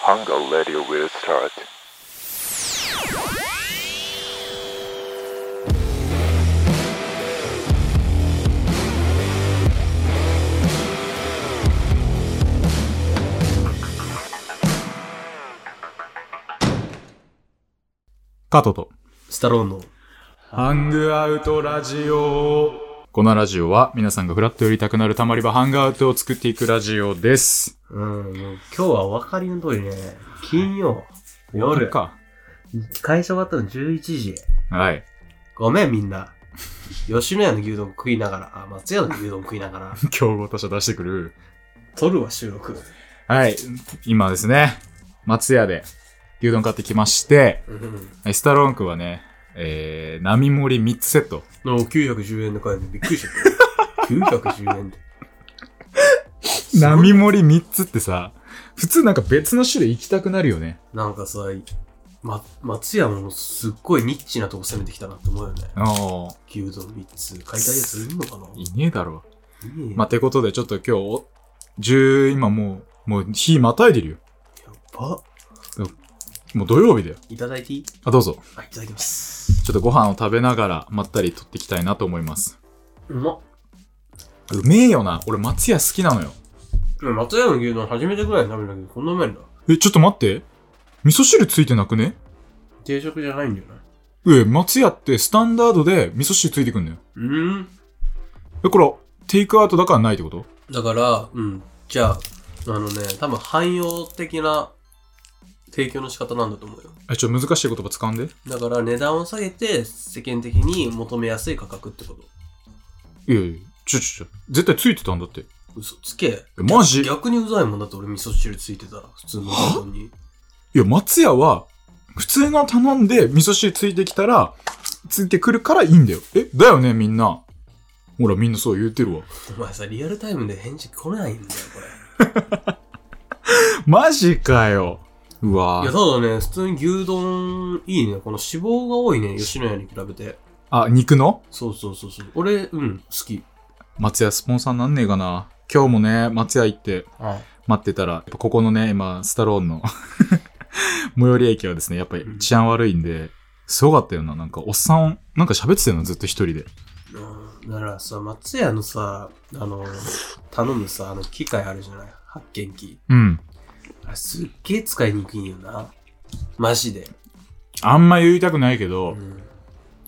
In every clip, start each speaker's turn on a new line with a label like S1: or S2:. S1: Hunger Radio will start.
S2: カトと。
S3: スタローンの。
S2: ハングアウトラジオ。このラジオは皆さんがフラット寄りたくなるたまり場ハングアウトを作っていくラジオです。
S3: うん、もう今日はお分かりの通りね、金曜、夜、
S2: か。
S3: 会社終わったの11時。
S2: はい。
S3: ごめんみんな。吉野家の牛丼食いながら、あ、松屋の牛丼食いながら、
S2: 競合他社出してくる。
S3: 撮るわ収録。
S2: はい。今ですね、松屋で牛丼買ってきまして、
S3: うん。
S2: スタローン君はね、えー、並盛り3つセット。
S3: の910円で買えるのびっくりしちゃ った。910円で。
S2: 並盛り3つってさ、普通なんか別の種類行きたくなるよね。
S3: なんかさ、ま、松屋もすっごいニッチなとこ攻めてきたなって思うよね。
S2: おー、
S3: 牛丼3つ。買いたいやついるのかない
S2: ねえだろ。
S3: いい
S2: まあ、てことでちょっと今日、10、今もう、もう日またいでるよ。
S3: やば。
S2: もう土曜日だよ。
S3: いただいていい
S2: あ、どうぞ。
S3: あ、いただきます。
S2: ちょっとご飯を食べながらまったり撮っていきたいなと思います。
S3: うまっ。
S2: うめえよな。俺松屋好きなのよ。
S3: 松屋の牛丼初めてぐらいに食べたけど、こんなうまいんだ。
S2: え、ちょっと待って。味噌汁ついてなくね
S3: 定食じゃないんだよな。
S2: え、松屋ってスタンダードで味噌汁ついてくんのよ。
S3: うん。
S2: え、これ、テイクアウトだからないってこと
S3: だから、うん。じゃあ、あのね、多分汎用的な提供の仕方なんだと思うよ。
S2: え、ちょっと難しい言葉掴んで。
S3: だから値段を下げて世間的に求めやすい価格ってこと。
S2: いやいや、ちょちょちょ、絶対ついてたんだって。え、
S3: 嘘つけ。
S2: マジい
S3: 逆にうざいもんだって俺味噌汁ついてたら、普通の牛丼に。
S2: や、松屋は、普通の頼んで味噌汁ついてきたら、ついてくるからいいんだよ。え、だよね、みんな。ほら、みんなそう言ってるわ。
S3: お前さ、リアルタイムで返事来ないんだよ、これ。
S2: マジかよ。うわ
S3: いや、ただね、普通に牛丼いいね。この脂肪が多いね、吉野家に比べて。
S2: あ、肉の
S3: そうそうそうそう。俺、うん、好き。
S2: 松屋スポンサーなんねえかな。今日もね、松屋行って
S3: はい。
S2: 待ってたら、やっぱここのね、今、スタローンの 最寄り駅はですね、やっぱり治安悪いんで、すごかったよな。なんか、おっさん、なんか喋ってたよな、ずっと一人で。
S3: うんだからさ、松屋のさ、あの、頼むさ、あの、機械あるじゃない発見機。
S2: うん。
S3: あれすっげえ使いにくいんよな。マジで。
S2: あんま言いたくないけど、
S3: うん。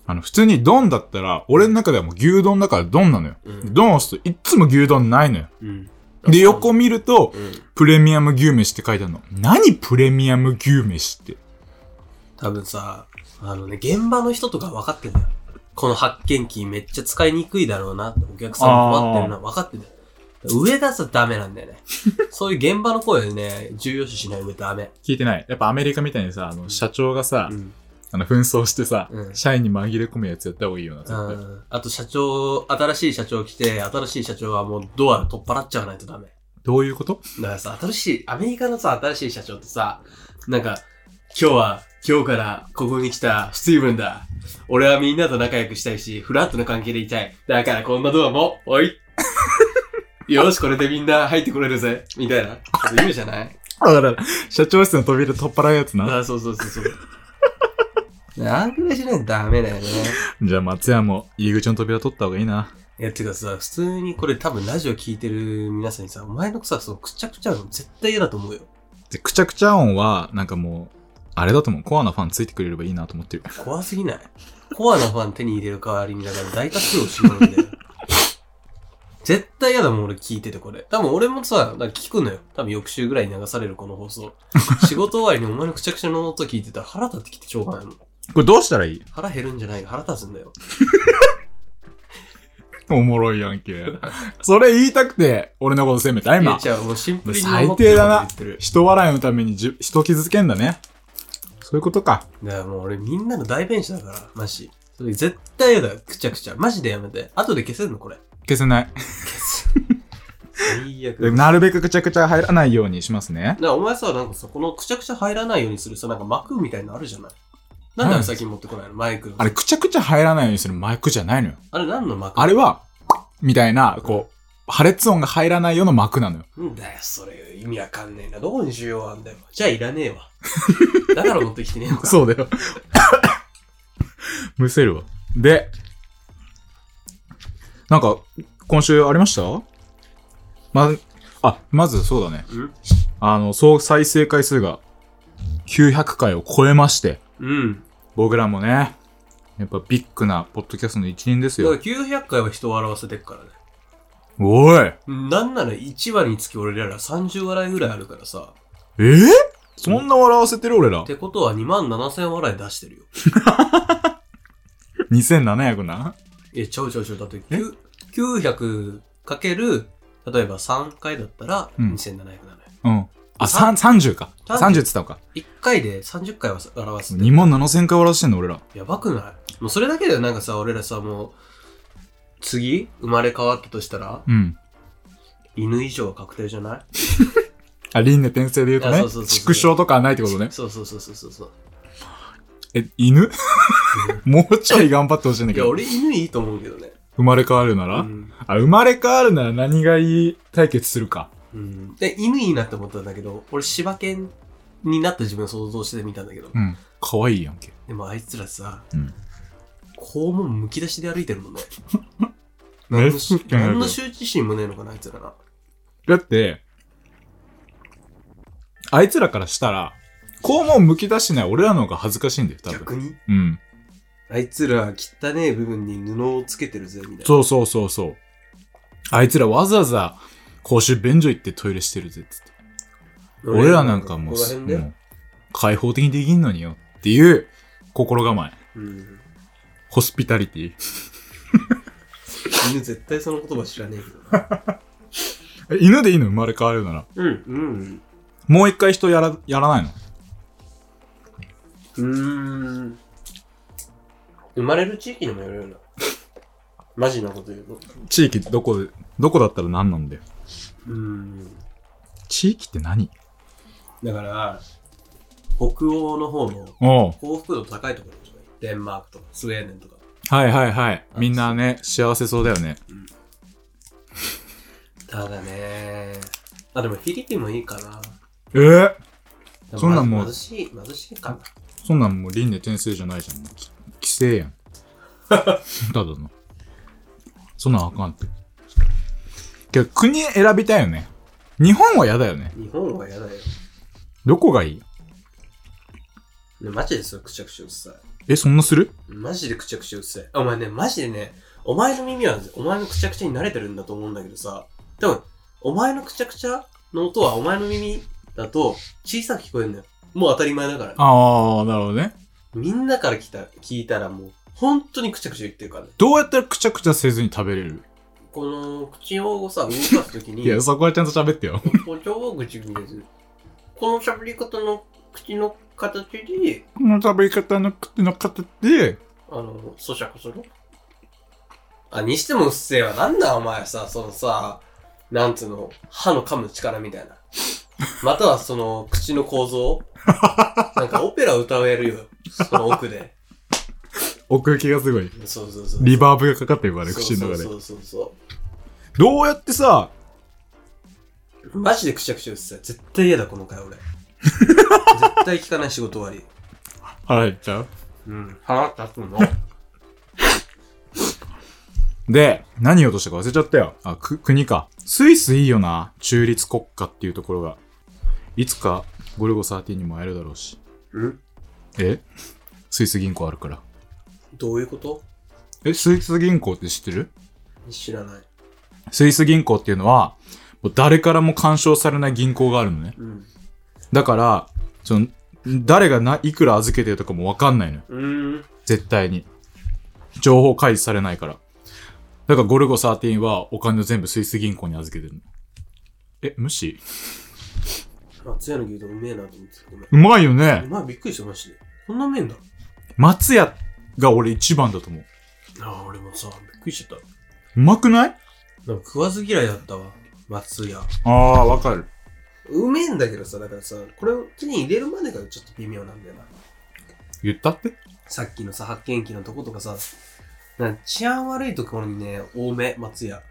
S2: あの、普通に丼だったら、俺の中ではもう牛丼だから丼なのよ。
S3: うん
S2: 丼押すといっつも牛丼ないのよ。
S3: うん。
S2: で、横見ると
S3: う、ん。
S2: プレミアム牛飯って書いてあるの。何プレミアム牛飯って。
S3: 多分さ、あのね、現場の人とか分かってんだよ。この発見機めっちゃ使いにくいだろうなって。お客さんも困ってるな。分かってんだよ。上出すとダメなんだよね。そういう現場の声ね、重要視しない上ダメ。
S2: 聞いてない。やっぱアメリカみたいにさ、あの、社長がさ、
S3: うん。
S2: あの、紛争してさ、
S3: うん
S2: 社員に紛れ込むやつやった方がいいよな、絶
S3: う
S2: 対。
S3: ん。あと社長、新しい社長来て、新しい社長はもうドア取っ払っちゃわないとダメ。
S2: どういうこと
S3: だからさ、新しい、アメリカのさ、新しい社長ってさ、なんか、今日は、今日からここに来たスティーブンだ。俺はみんなと仲良くしたいし、フラットな関係でいたい。だからこんなドアも、お い。よし、これでみんな入ってこれるぜ。みたいな。こと言うじゃない
S2: だから、社長室の扉取っ払うやつな。
S3: あ、そうそうそう そう。あんくらいしないとダメだよね。
S2: じゃあ、松屋も入り口の扉取った方がいいな。
S3: いや、てかさ、普通にこれ多分ラジオ聞いてる皆さんにさ、お前のさ、そのくちゃくちゃの絶対嫌だと思うよ。
S2: で、くちゃくちゃ音は、なんかもう、あれだと思う。コアなファンついてくれればいいなと思ってる。
S3: 怖すぎないコアなファン手に入れる代わりにだから大多数をしまうんだよ。絶対嫌だもん、俺聞いててこれ。多分俺もさ、なんか聞くのよ。多分翌週ぐらいに流されるこの 放送。仕事終わりにお前のくちゃくちゃの音聞いてたら腹立ってきてしょうがないもん。
S2: これどうしたらいい
S3: 腹減るんじゃないよ腹立つんだよ。
S2: おもろいやんけ。 それ言いたくて、俺のこと責めた、
S3: いや
S2: 今。
S3: じゃあもうシンプルに
S2: 最低だな
S3: 思ってること言って
S2: 人笑いのためにじ人傷つけんだね。そういうことか。
S3: る。だからもう俺みんなの代弁者だから、マジ。それ絶対嫌だよ、くちゃくちゃ。マジでやめて。後で消せるのこれ。
S2: 消せない。
S3: 最悪。
S2: でなるべくくちゃくちゃ入らないようにしますね。
S3: なお前さ、なんかさ、このくちゃくちゃ入らないようにするさ、なんか幕みたいなのあるじゃないなんであれ最近持ってこないのマイクの。
S2: あれ、くちゃくちゃ入らないようにするマイクじゃないのよ。
S3: あれ何の幕
S2: あれは、みたいな、こう、破裂音が入らないような幕なのよ。
S3: なんだよ、それ。意味わかんねえな。どこに需要あんだよ。じゃあいらねえ わ。だから持ってきてねえのか。
S2: そうだよ。 むせるわ。で、なんか、今週ありましたま、あ、まずそうだね。
S3: うん
S2: あの、総再生回数が900回を超えまして、
S3: うん。
S2: 僕らもね、やっぱビッグなポッドキャストの一員です
S3: だから
S2: よ。
S3: 900回は人を笑わせてっからね。
S2: おい
S3: なんなら1話につき俺ら30笑いぐらいあるからさ。
S2: えーそんな笑わせてる俺ら
S3: っ。てことは2万7000笑い出してるよ。
S2: 2700な
S3: え、ちゃうちゃうちゃう。だって9 900かける、例えば3回だったら
S2: うん
S3: 2700なのよ。
S2: うん。あ、
S3: さ
S2: さん30か。
S3: 30
S2: 30って言ったのか。
S3: 1回で30回は笑わせて
S2: 2万7000回笑わせてんの俺ら。
S3: やばくないもうそれだけでなんかさ、俺らさ、もう、次、生まれ変わったとしたら、
S2: うん。
S3: 犬以上は確定じゃない
S2: あ、輪廻転生で言うと
S3: いや
S2: ね
S3: そうそう、そうそう
S2: 畜生とかはないってことね。
S3: そうそうそうそうそう そう。
S2: え、犬 もうちょい頑張ってほしいんだ
S3: い
S2: け
S3: や、
S2: ど。
S3: 俺犬いいと思うけどね。
S2: 生まれ変わるなら、
S3: うん。
S2: あ、生まれ変わるなら何がいい対決するか。
S3: うん。で、犬いいなって思ったんだけど、俺柴犬になった自分を想像してみたんだけど、
S2: うん。可愛いやんけ。
S3: でもあいつらさ、
S2: うん
S3: 肛門むき出しで歩いてるもんね。
S2: め
S3: 何
S2: っち
S3: の
S2: ゃ
S3: し
S2: 好きなんだけど
S3: 何の羞恥心もねえのかな、あいつらな。
S2: だって、あいつらからしたら、肛門むき出してない俺らの方が恥ずかしいんだよ、多分。
S3: 逆に
S2: うん。
S3: あいつら汚ねえ部分に布をつけてるぜ、みたいな。
S2: そうそうそうそう。あいつらわざわざ公衆便所行ってトイレしてるぜっつって。俺らなんかもう
S3: ここら辺だよ
S2: もう開放的にできんのによっていう心構え。
S3: うん。
S2: ホスピタリティ。
S3: 犬絶対その言葉知らねえけど。
S2: え犬でいいの生まれ変わるなら。
S3: うん、うん。
S2: もう一回人やら、やらないの
S3: うーん。生まれる地域にもよるよな。マジなこと言うと。
S2: 地域どこで、どこだったら何なんだよ。
S3: うん。
S2: 地域って何
S3: だから、北欧の方の
S2: おう
S3: 幸福度高いところとか、デンマークとか、スウェーデンとか。
S2: はいはいはい。
S3: あ
S2: みんなね、幸せそうだよね。
S3: ただねあ、でもフィリピンもいいかな。
S2: えー、
S3: で
S2: そんなんもう
S3: 貧しい、貧しいかな。
S2: そんなんもう輪廻転生じゃないじゃん。き規制や ん。ただの。そんなんあかんって。けど国選びたいよね。日本は嫌だよね。
S3: 日本はやだよ。
S2: どこがいい
S3: ね、マジでそれくちゃくちゃうっさい。
S2: え、そんなする
S3: マジでくちゃくちゃうっさい。あお前ね、マジでね、お前の耳は、お前のくちゃくちゃに慣れてるんだと思うんだけどさ、多分、お前のくちゃくちゃの音はお前の耳だと小さく聞こえるんだよ。もう当たり前だから、ね。
S2: ああ、なるほどね。
S3: みんなから聞いた聞いたらもう、本当にくちゃくちゃ言ってるからね。
S2: どうやったらくちゃくちゃせずに食べれる
S3: この口をさ、動かすときに、
S2: いや、そこはちゃんと喋ってよ。
S3: 誇張口にです。この喋り方の口の形で、
S2: この食べ方の口の方で、
S3: あの、咀嚼するあ、にしてもうっせえわ。なんだお前さ、そのさ、なんつうの、歯の噛む力みたいな。 またはその、口の構 造なんかオペラ歌えるよ。その奥で。
S2: 奥行きがすごい。
S3: そうそうそう。
S2: リバーブがかかってるからね、
S3: そう
S2: 口の中で
S3: そ。うそうそうそ
S2: どうやってさ、
S3: う。マジでくちゃくちゃうっせえ。絶対嫌だ、この回俺。絶対聞かない仕事終わり。
S2: 腹減っちゃう
S3: うん。腹立 つの
S2: で、何を落としたか忘れちゃったよ。あ、く、国か。スイスいいよな。中立国家っていうところが。いつか、ゴルゴ13にも会えるだろうし。
S3: うん
S2: えスイス銀行あるから。
S3: どういうこと
S2: え、スイス銀行って知ってる
S3: 知らない。
S2: スイス銀行っていうのは、もう誰からも干渉されない銀行があるのね。
S3: うん。
S2: だから、その、誰がないくら預けてるとかもわかんないのよ。
S3: うーん。
S2: 絶対に。情報開示されないから。だからゴルゴ13はお金を全部スイス銀行に預けてるの。え、無視
S3: 松屋の牛丼うめえなと思ってた。ごめん。
S2: うまいよね。
S3: まあびっくりした、マジで。こんな麺だ。
S2: 松屋が俺一番だと思う。
S3: ああ、俺もさ、びっくりしちゃっ
S2: う
S3: た。
S2: まくない
S3: なんか食わず嫌いだったわ、松屋。
S2: ああ、わかる。
S3: うめえんだけどさ、だからさ、これを手に入れるまでがちょっと微妙なんだよな。
S2: 言ったって
S3: さっきのさ、発見器のとことかさ、なんか治安悪いところにね、多め、松屋。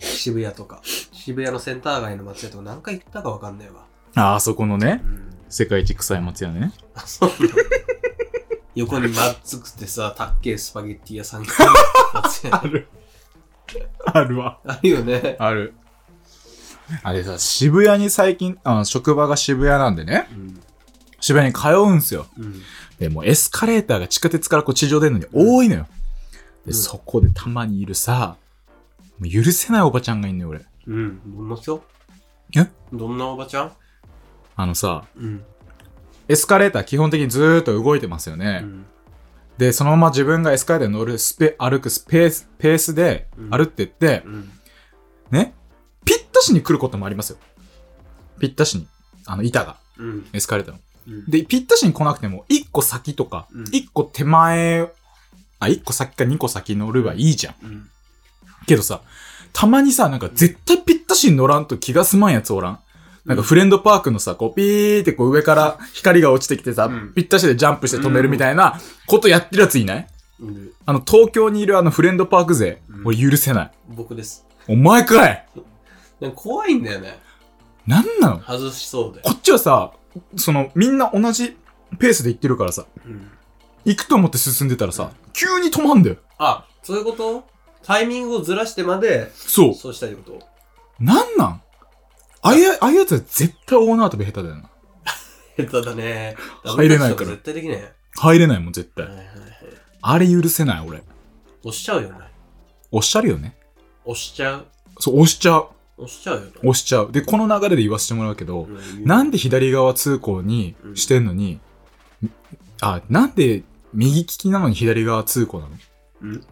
S3: 渋谷とか、渋谷のセンター街の松屋とか何回行ったかわかんないわ。
S2: ああそこのね、
S3: うん。
S2: 世界一臭い松屋ね。
S3: あ、そうなの横にまっつくてさ、たっけえスパゲッティ屋さんが松屋に
S2: る。あるわ。
S3: あるよね。
S2: ある。あれさ、渋谷に最近、あ職場が渋谷なんでね、
S3: うん。
S2: 渋谷に通うんすよ。
S3: うん。
S2: で、もうエスカレーターが地下鉄からこう地上出るのに多いのよ。
S3: う
S2: で、
S3: ん
S2: そこでたまにいるさ、もう許せないおばちゃんがいんのよ、俺。
S3: うん。どんな人
S2: え
S3: どんなおばちゃん
S2: あのさ、
S3: うん。
S2: エスカレーター基本的にずーっと動いてますよね。
S3: うん。
S2: で、そのまま自分がエスカレーターに乗るスペ、歩くスペース、ペースで
S3: うん
S2: 歩ってって、
S3: うん。
S2: ね、ぴったしに来ることもありますよ。ぴったしに。あの、板が、
S3: うん。
S2: エスカレーターの。
S3: うん、
S2: で、ぴったしに来なくても、1個先とか
S3: うん、
S2: 1個手前、あ、1個先か2個先乗ればいいじゃん。
S3: うん。
S2: けどさ、たまにさ、なんか絶対ぴったしに乗らんと気が済まんやつおらん。なんかフレンドパークのさ、こうピーってこう上から光が落ちてきてさ、
S3: うん
S2: ぴったしでジャンプして止めるみたいなことやってるやついない
S3: うん
S2: あの東京にいるあのフレンドパーク勢、
S3: うん
S2: 俺許せない。
S3: 僕です。
S2: お前かい
S3: なんか怖いんだよね。
S2: なんなの
S3: 外しそうで。
S2: こっちはさ、そのみんな同じペースで行ってるからさ、
S3: うん。
S2: 行くと思って進んでたらさ、急に止まんだよ。
S3: あ、そういうことタイミングをずらしてまで、
S2: そう。
S3: そうしたいってこと
S2: なんなんああいう、ああいうやつは絶対オーナー跳び下手だよな。
S3: 下手だね。
S2: 入れないから
S3: 絶対できない。
S2: 入れないもん、絶
S3: は
S2: 対。
S3: いはいはい
S2: あれ許せない、俺。
S3: 押しちゃうよね。
S2: おっしゃるよね。
S3: 押しちゃう。
S2: そう、押しちゃう。
S3: 押しちゃうよね。
S2: 押しちゃう。で、この流れで言わせてもらうけど、なん
S3: で
S2: で左側通行にしてんのに、あ、なんで右利きなのに左側通行なの
S3: うん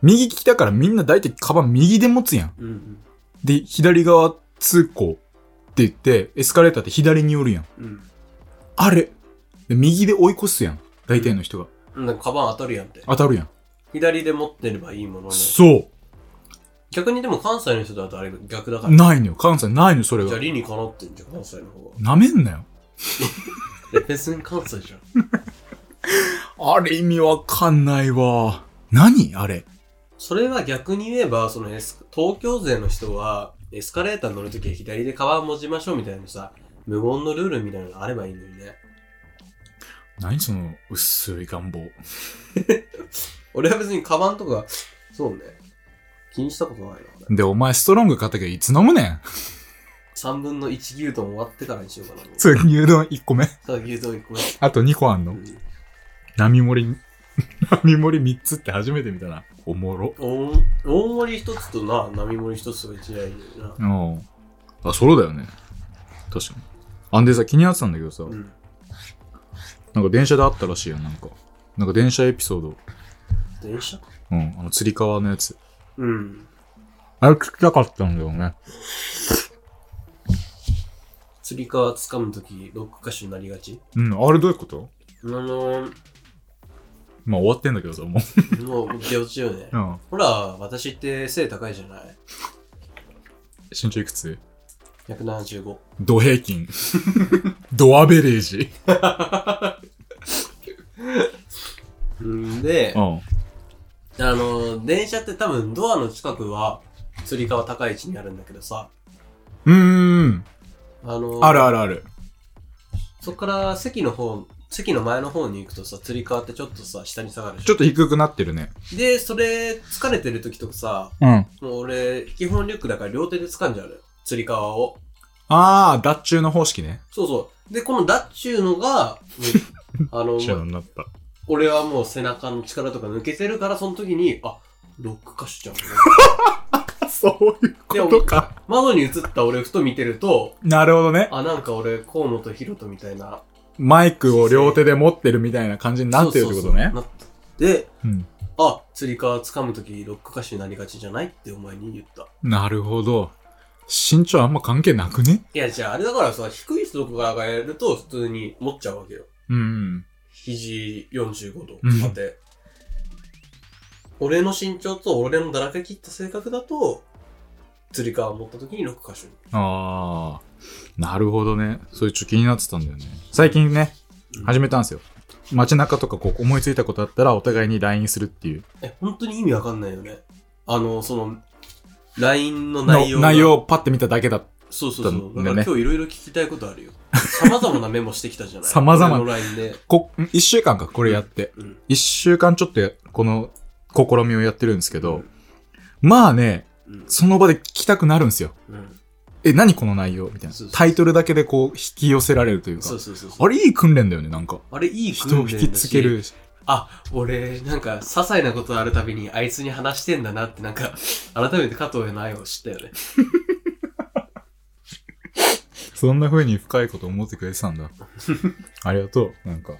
S2: 右利きだからみんな大体カバン右で持つやん。
S3: うん
S2: で、左側通行って言って、エスカレーターって左に寄るやん。
S3: うん。
S2: あれで右で追い越すやん。大体の人が。
S3: うん。なんかカバン当たるやんって。
S2: 当たるやん。
S3: 左で持ってればいいものね。
S2: そう
S3: 逆にでも関西の人だとあれ逆だから。
S2: ないのよ。関西ないのよ、それ
S3: じゃ
S2: が
S3: あ。理にかなってんじゃん、関西の方が。
S2: なめんなよ。
S3: え、別に関西じゃん。
S2: あれ意味わかんないわ。何あれ。
S3: それは逆に言えば、そのエス東京勢の人は、エスカレーター乗るときは左でカバン持ちましょうみたいなさ、無言のルールみたいなのがあればいいのにね。
S2: 何その薄い願望。
S3: 俺は別にカバンとか、そうね。気にしたことないな。俺
S2: で、お前ストロング買ったけどいつ飲むねん。
S3: 3分の1牛丼終わってからにしようかな。
S2: それ牛丼1個目。
S3: さあ牛丼1個目。
S2: あと2個あんの
S3: うん
S2: 並盛り、 並盛り3つって初めて見たな。おもろ。
S3: 大大盛り一つとな、並盛り一つが一台にな。
S2: うん。あ、それだよね。確かに。あんでさ、気になってたんだけどさ、
S3: うん。
S2: なんか電車であったらしいよ、なんか。なんか電車エピソード。
S3: 電車
S2: うん、あの、つり革のやつ。
S3: うん。
S2: あれ聞きたかったんだよね。
S3: 釣り革掴むとき、ロック歌手になりがち
S2: うん、あれどういうこと
S3: あのー、
S2: まあ終わってんだけどさ、もう。
S3: もう出落ちよね
S2: う。ん。
S3: ほら、私って背高いじゃない
S2: 身長いくつ
S3: ?175。
S2: ド平均。ドアベレージ。
S3: うんで、あ
S2: ん。
S3: のー、電車って多分ドアの近くは、釣り革高い位置にあるんだけどさ、
S2: うーん。
S3: あのー、
S2: あるあるある。
S3: そっから席の方、席の前の方に行くとさ、釣り革ってちょっとさ、下に下がるでし
S2: ちょ
S3: ょ
S2: っと低くなってるね。
S3: で、それ、疲れてるときとかさ、
S2: うん。
S3: もう俺、基本リュックだから両手で掴んじゃうのよ。釣り革を。
S2: ああ、脱中の方式ね。
S3: そうそう。で、このだっちゅう のが、もうあの、
S2: になった。
S3: 俺はもう背中の力とか抜けてるから、その時に、あ、ロック歌 手じゃん。
S2: そういう
S3: ことか。窓に映った俺ふと見てると、
S2: なるほどね。
S3: あ、なんか俺、河本ヒロトみたいな。
S2: マイクを両手で持ってるみたいな感じになってるってことね。
S3: そうそうそうなったで、
S2: うん。
S3: あ、釣り革掴む時ロック歌手になりがちじゃないってお前に言った。
S2: なるほど。身長あんま関係なくね
S3: いや、じゃああれだからさ、低い人とかがやると普通に持っちゃうわけよ。
S2: うん。
S3: 肘45度
S2: うん
S3: まで、俺の身長と俺のだらけ切った性格だと釣り革を持った時に6箇所に
S2: ああ。なるほどね。それちょっと気になってたんだよね。最近ね、始めたんですよ。街中とかこう思いついたことあったらお互いに LINE するっていう。
S3: え本当に意味わかんないよねあのその LINE の内容
S2: の
S3: が
S2: 内容をパッて見ただけだ。
S3: そうそうそ
S2: だ
S3: う。だか
S2: よ
S3: ら
S2: ね
S3: 今日いろいろ聞きたいこと あるよ。様々なメモしてきたじゃない
S2: 様々
S3: 俺の LINE で。
S2: こ、ん一週間か、これやって。
S3: うん。
S2: 一週間ちょっとや、この試みをやってるんですけ
S3: う
S2: ど
S3: ん、
S2: まあね、
S3: うん。
S2: その場で聞きたくなるんですよ。
S3: うん
S2: え、何この内容みたいな
S3: そうそう。
S2: タイトルだけでこう、引き寄せられるというか
S3: そ。うそうそうそう。
S2: あれ、いい訓練だよね、なんか。
S3: あれいい
S2: 人
S3: 訓
S2: を
S3: 練だ
S2: 引
S3: し
S2: きつけ。る。
S3: あ、俺、なんか、些細なことあるたびにあいつに話してんだなって、なんか、改めて加藤への愛を知ったよね。
S2: そんな風に深いこと思ってくれてたんだ。 ありがとう、なんか。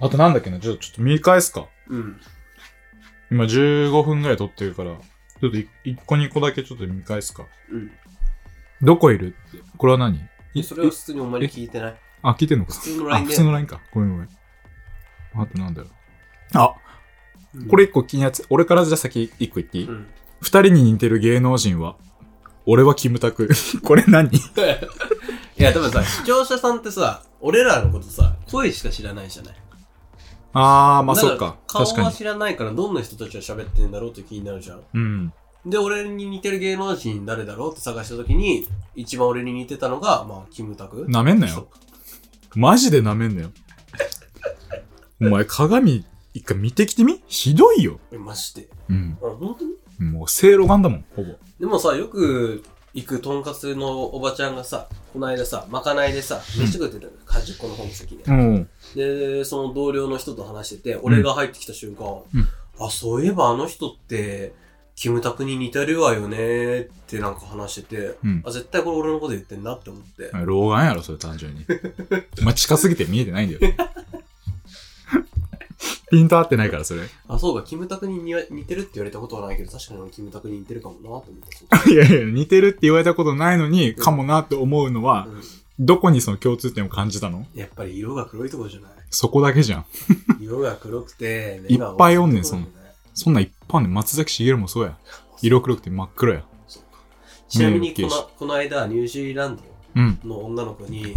S2: あとなんだっけな、ちょっと、ちょっと見返すか。
S3: うん。
S2: 今15分ぐらい撮ってるから、ちょっとい一個二個だけちょっと見返すか。
S3: うん。
S2: どこいるって。これは何
S3: えそれは普通にお前に聞いてない。
S2: あ、聞いてんのか。
S3: 普通の
S2: あ、
S3: LINE
S2: 普
S3: で
S2: 通。の LINE か。ごめんごめん。あとなんだろう。あ、これ一個気になって、俺からじゃあ先一個言っていい、
S3: うん。
S2: 二人に似てる芸能人は、俺はキムタク。 これ何
S3: いや、多分さ、視聴者さんってさ、俺らのことさ、声しか知らないじゃない。
S2: あー、まあ
S3: だら
S2: そっか。
S3: 顔
S2: 確か
S3: は
S2: に。
S3: 知らないから、どんな人たちが喋ってんだろうって気になるじゃん。
S2: うん。
S3: で、俺に似てる芸能人誰だろうって探したときに、一番俺に似てたのが、まあ、キムタク。
S2: なめんなよ。マジで舐めんなよ。お前鏡一回見てきてみひどいよ。
S3: え、マジで。
S2: うん
S3: あ、。本当に
S2: もう正露丸だもん、ほぼ。
S3: でもさ、よく行くとんかつのおばちゃんがさ、この間さ、まかないでさ、飯食ってたのよ。果実この本席で。
S2: うん。
S3: で、その同僚の人と話してて、俺が入ってきた瞬間、
S2: うん
S3: あ、そういえばあの人って、キムタクに似てるわよねーってなんか話してて、
S2: うん
S3: あ、絶対これ俺のこと言ってんなって思って。
S2: 老眼やろ、それ単純に。お前近すぎて見えてないんだ よ。ピント合ってないから、それ。
S3: あ、そうか、キムタクに似似てるって言われたことはないけど、確かに俺キムタクに似てるかもなと思った。
S2: いやいや、似てるって言われたことないのに、かもなって思うのは、
S3: うん
S2: どこにその共通点を感じたの
S3: やっぱり色が黒いところじゃない
S2: そこだけじゃん。
S3: 色が黒くて、
S2: いっぱいおんねんそん
S3: の
S2: な。そんなん一般で松崎しげるもそうや。色黒くて真っ黒や。
S3: そうかちなみ
S2: 目
S3: に
S2: 大
S3: こ
S2: きいし
S3: の、この間、ニュージーランド
S2: うん。
S3: の女の子に、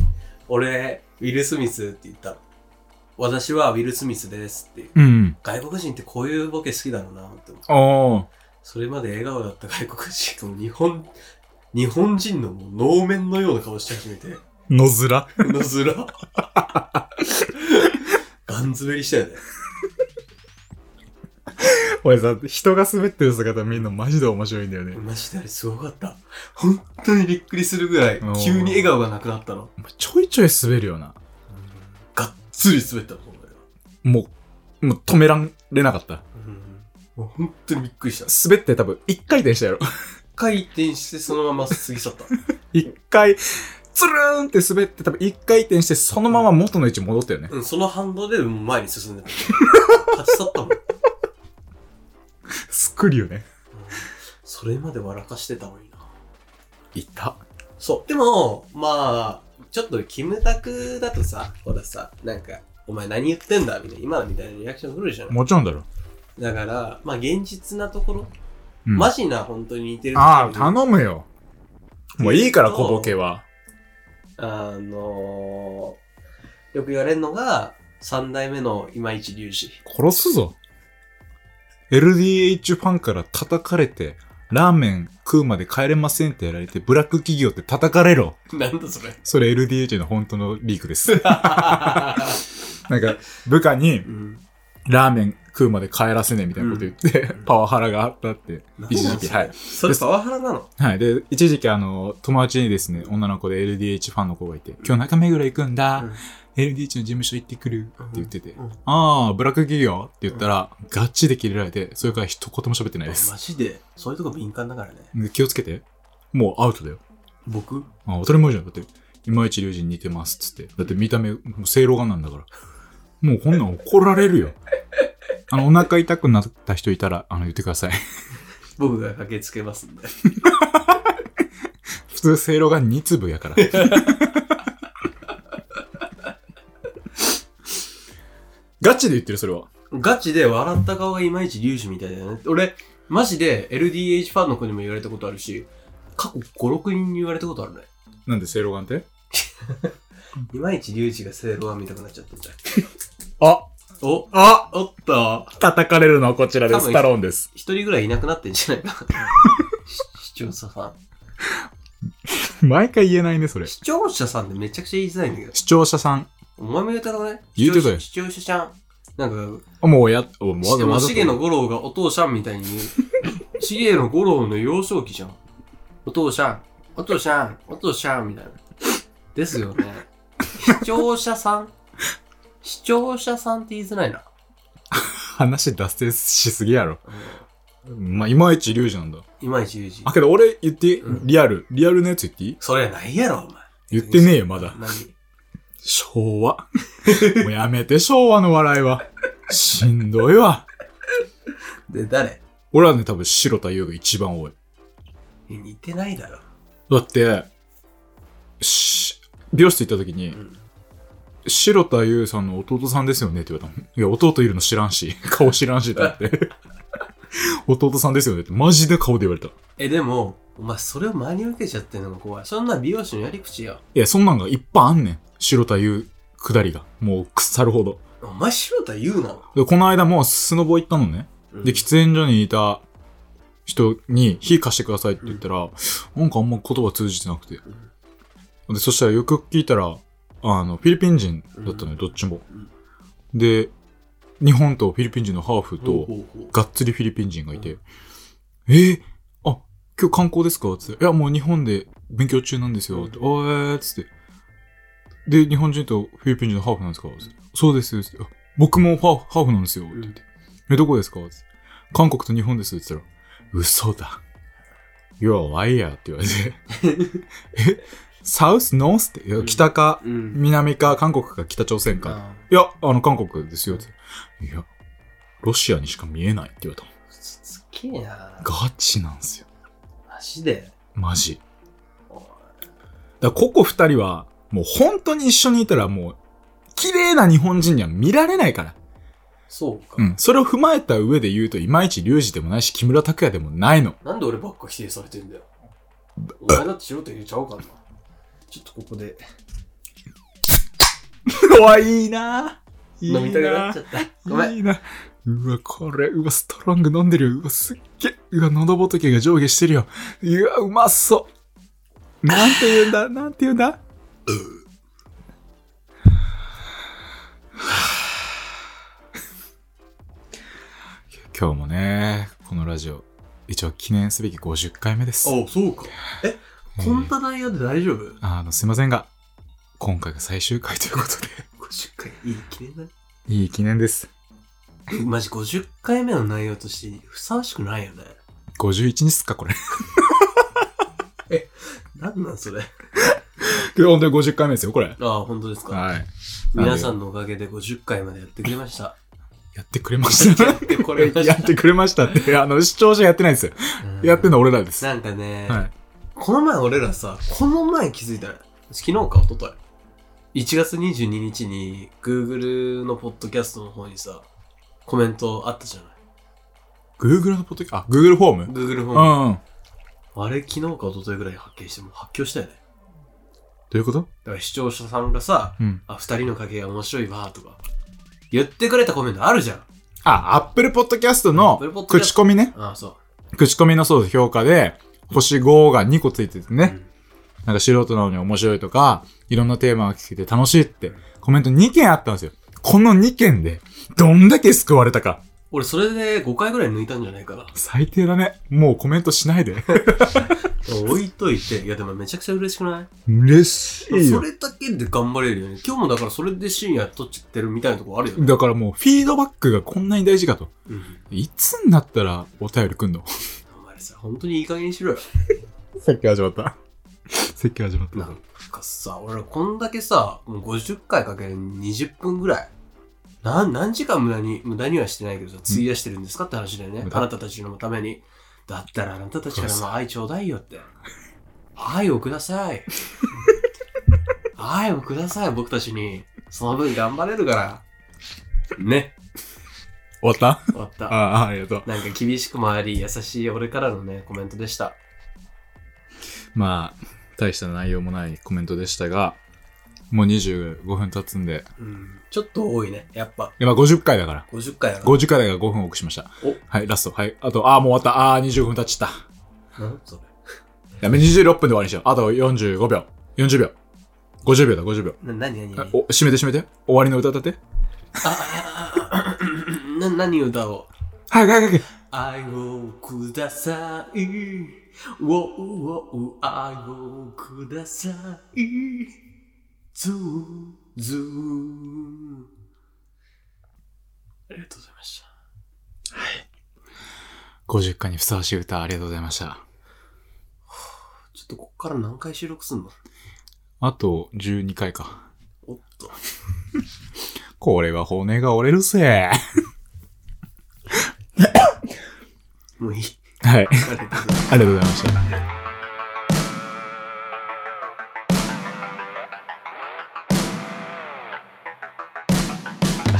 S3: 俺、ウィル・スミスって言ったの。私はウィル・スミスですって。
S2: うん。
S3: 外国人ってこういうボケ好きだろうなって思
S2: あ
S3: う。
S2: あ。
S3: それまで笑顔だった外国人も日本、日本人のもう能面のような顔して始めて。
S2: 野面。
S3: のずら。ガン滑りしたよね。
S2: 俺さ、人が滑ってる姿見るのマジで面白いんだよね。
S3: マジであれすごかった。本当にびっくりするぐらい
S2: うん、
S3: 急に笑顔がなくなったの。
S2: ちょいちょい滑るよな。
S3: がっつり滑ったの、俺は。
S2: もう、もう止められなかった。
S3: もう本当にびっくりした。一
S2: 滑って多分一回転したやろ。
S3: 回転してそのまま過ぎ去った。
S2: 一回、つるーんって滑って多分一回転してそのまま元の位置戻ったよね。
S3: うん、その反動でもう前に進んでた。立ち去ったもん。うん
S2: すくるよね。
S3: それまで笑かしてたのにな。
S2: いた。
S3: そう。でも、まあ、ちょっとキムタクだとさ、ほらさ、なんか、お前何言ってんだみたいな、今のみたいなリアクション来るじゃん。
S2: もちろんだろ。
S3: だから、まあ現実なところ、
S2: うん
S3: マジな本当に似てるところ
S2: ああ、頼むよ。もういいから、小ボケは。
S3: あのー、よく言われるのが、三代目の今市隆二。
S2: 殺すぞ。LDH ファンから叩かれて、ラーメン食うまで帰れませんってやられて、ブラック企業って叩かれろ。
S3: なんだ それ。
S2: それ LDH の本当のリーク です。なんか、部下に
S3: うん。
S2: ラーメン食うまで帰らせねえみたいなこと言って、
S3: ん
S2: パワハラがあったって、
S3: なんだ
S2: 一時期。
S3: それ
S2: はい。
S3: それパワハラなの
S2: はい。で、一時期あの、友達にですね、女の子で LDH ファンの子がいて、今日中目黒行くんだ、
S3: うん
S2: LDH の事務所行ってくるって言ってて、
S3: うんうん
S2: ああ、ブラック企業って言ったら、ガチで切れられて、それから一言も喋ってないです。
S3: マジで、そういうとこ敏感だからね。
S2: で気をつけて。もうアウトだよ。
S3: 僕
S2: あ当たり前じゃん。だって、今市隆二に似てますっつって。だって見た目、もう正露眼なんだから。もうこんなん怒られるよ。あの、お腹痛くなった人いたら、あの、言ってください。
S3: 僕が駆けつけますんで。
S2: 普通、正露眼2粒やから。ガチで言ってる、それは。
S3: ガチで笑った顔が今市隆二みたいだよね。俺、マジで LDH ファンの子にも言われたことあるし、過去5、6人に言われたことあるね。
S2: なんで正露眼って
S3: 今市隆二が正論は見たくなっちゃったんだよ。
S2: あ
S3: お、
S2: あ
S3: おっと。
S2: 叩かれるのはこちらで
S3: 多分
S2: す。タローンです。
S3: 一人ぐらいいなくなってんじゃないか。 視聴者さん。
S2: 毎回言えないね、それ。
S3: 視聴者さんってめちゃくちゃ言いづらいんだけど。
S2: 視聴者さん。
S3: お前も言うたろね。
S2: 言うてたよ
S3: 視聴者視聴者さん。なんか、
S2: あもうや、おも
S3: しでも、
S2: ざ
S3: しげの五郎がお父さんみたいに言 う。しげの五郎の幼少期じゃん。お父さん、お父さん、お父さんみたいな。ですよね。視聴者さん視聴者さんって言いづらいな。
S2: 話脱線しすぎやろ。まあ、いまいちリュウジなんだ。
S3: いまいち言うし
S2: あ、。けど俺言っていい、
S3: うん
S2: リアル。リアルのやつ言っていい
S3: それないやろ、お前。
S2: 言ってねえよ、まだ。
S3: 何
S2: 昭和。もうやめて、昭和の笑いは。しんどいわ。
S3: で、誰
S2: 俺はね、多分白田優が一番多い。
S3: え似てないだろ。
S2: だって、し、美容室行った時に、
S3: ん
S2: 白田優さんの弟さんですよねって言われたの。いや、弟いるの知らんし、 顔知らんしってなって。弟さんですよねって、マジで顔で言われた。い
S3: え、でも、お前それを真に受けちゃってるのが怖い。そんな美容師のやり口よ。
S2: や、そんなんがいっぱいあんねん。白田優下りが。もう腐るほど。
S3: お前白田言うな。
S2: で、この間もうスノボ行ったのね。で、喫煙所にいた人に火貸してくださいって言ったら、なんかあんま言葉通じてなくて。で、そしたらよく聞いたら、あの、フィリピン人だったのよ、どっちも。で、日本とフィリピン人のハーフ
S3: ほう
S2: と
S3: ほ、うほう
S2: がっつりフィリピン人がいて、えー、あ、今日観光ですかつって、いや、もう日本で勉強中なんですよ。って、おーえーっつって。で、日本人とフィリピン人のハーフなんですかつってそうです。つってあ僕もハーフハーフなんですよ。って言って。え、どこですかつって。韓国と日本です。って言ったら、嘘だ。You're a liar って言われて。 え、サウス、ノースって、いや北か、
S3: うん。
S2: 南か、韓国か、北朝鮮か。
S3: あ
S2: いや、あの、韓国ですよ。っていや、ロシアにしか見えないって言われた。
S3: ーつつけえな。
S2: ガチなんですよ。
S3: マジで。
S2: マジ。
S3: おい
S2: だからここ二人は、もう本当に一緒にいたらもう、綺麗な日本人には見られないから。
S3: そうか
S2: う。ん。それを踏まえた上で言うと、いまいちリュウジでもないし、木村拓哉でもない の。
S3: なんで俺ばっか否定されてんだよ。お前だって白田言うちゃおうかな。ちょっとここで
S2: うわ、いいなぁ。いい
S3: 飲
S2: な
S3: みたくなっちゃった。ごめん。
S2: いいな。うわ、これ、うわ、ストロング飲んでるよ。うわ、すっげえ。うわ、喉仏が上下してるよ。うわ、うまそう。なんて言うんだ、なんて言うんだ。今日もね、このラジオ、一応記念すべき50回目です。
S3: あ、そうか。え、
S2: えー
S3: こんな内容で大丈夫
S2: あの、すいませんが、今回が最終回ということで、
S3: ?50 回、いい記念だね。
S2: いい記念です。
S3: マジ50回目の内容としてふさわしくないよね。
S2: 51日っすか、これ。
S3: なんなんそれ。
S2: 本当に50回目ですよ、これ。
S3: ああ、本当ですか。
S2: はい。
S3: 皆さんのおかげで50回までやってくれました。
S2: やってくれました。
S3: やってこれま
S2: や
S3: し。
S2: った てくれましたって、あの、視聴者やってないですよ。
S3: うん
S2: やってんの俺らです。は
S3: なんかね、
S2: い。
S3: この前俺らさ、この前気づいたら、昨日か一昨日1月22日に Google のポッドキャストの方にさ、コメントあったじゃない。
S2: Google のポッドキャあ、Google フォーム
S3: Google
S2: う
S3: フォーム。
S2: んうん。
S3: あれ昨日か一昨日ぐらいに発見して、もう発狂したよね。
S2: どういうこと
S3: だから視聴者さんがさ、
S2: うん。
S3: あ、二人の影が面白いわ、とか、言ってくれたコメントあるじゃん。
S2: あ、Apple Podcast の
S3: Apple Podcast
S2: 口コミね。
S3: ああ、そ
S2: 口コミのそう評価で、星5が2個ついてて
S3: う。う
S2: ね。
S3: ん
S2: なんか素人なのに面白いとか、いろんなテーマが聞けて楽しいって、コメント2件あったんですよ。この2件で、どんだけ救われたか。
S3: 俺それで5回ぐらい抜いたんじゃないかな。
S2: 最低だね。もうコメントしないで。
S3: 置いといて、いやでもめちゃくちゃ嬉しくない
S2: 嬉しい
S3: そ
S2: よ。
S3: れだけで頑張れるよね。今日もだからそれで深夜撮っちゃってるみたいなとこあるよね。
S2: だからもうフィードバックがこんなに大事かと。
S3: うん。
S2: いつになったらお便り来んの
S3: お前さ、本当にいい加減にしろよ。
S2: 説教始まった。 説教始まっ
S3: なんかさ、俺こんだけさ、もう50回かける20分ぐらい。なん何時間無駄に、無駄にはしてないけどさ、費やしてるんですかって話だよね。
S2: 無駄
S3: あなたたちのために。だったらあなたたちからも愛ちょうだいよって。愛をください。愛をください、僕たちに。その分頑張れるから。ね。
S2: 終わ った
S3: 終わった。
S2: ああ、ありがとう。
S3: なんか厳しくもあり、優しい俺からのね、コメントでした。
S2: まあ、大した内容もないコメントでしたが、もう25分経つんで。
S3: うん。ちょっと多いね。やっぱ。
S2: 今50回だから。
S3: 50回やな。
S2: 50回だから5分多くしました。
S3: お
S2: はい、ラスト。はい。あと、ああ、もう終わった。ああ、25分経っちゃった。
S3: なんそれ。
S2: やめ、26分で終わりにしよう。あと45秒。40秒。50秒だ、50秒。
S3: な、なになになに
S2: お、締めて締めて。終わりの歌歌って。
S3: な、何歌おう
S2: はい、はい、はい。
S3: 愛をください。ウォウウォウ愛をください。ズーズー。ありがとうございました。
S2: 50回にふさわしい歌、ありがとうございました。
S3: ちょっとこっから何回収録すんの
S2: あと、12回か。
S3: おっと。
S2: これは骨が折れるぜ。
S3: もういい。
S2: はい。
S3: ありがとうございま
S2: あ
S3: す。
S2: りがとうございまし
S1: A
S2: た。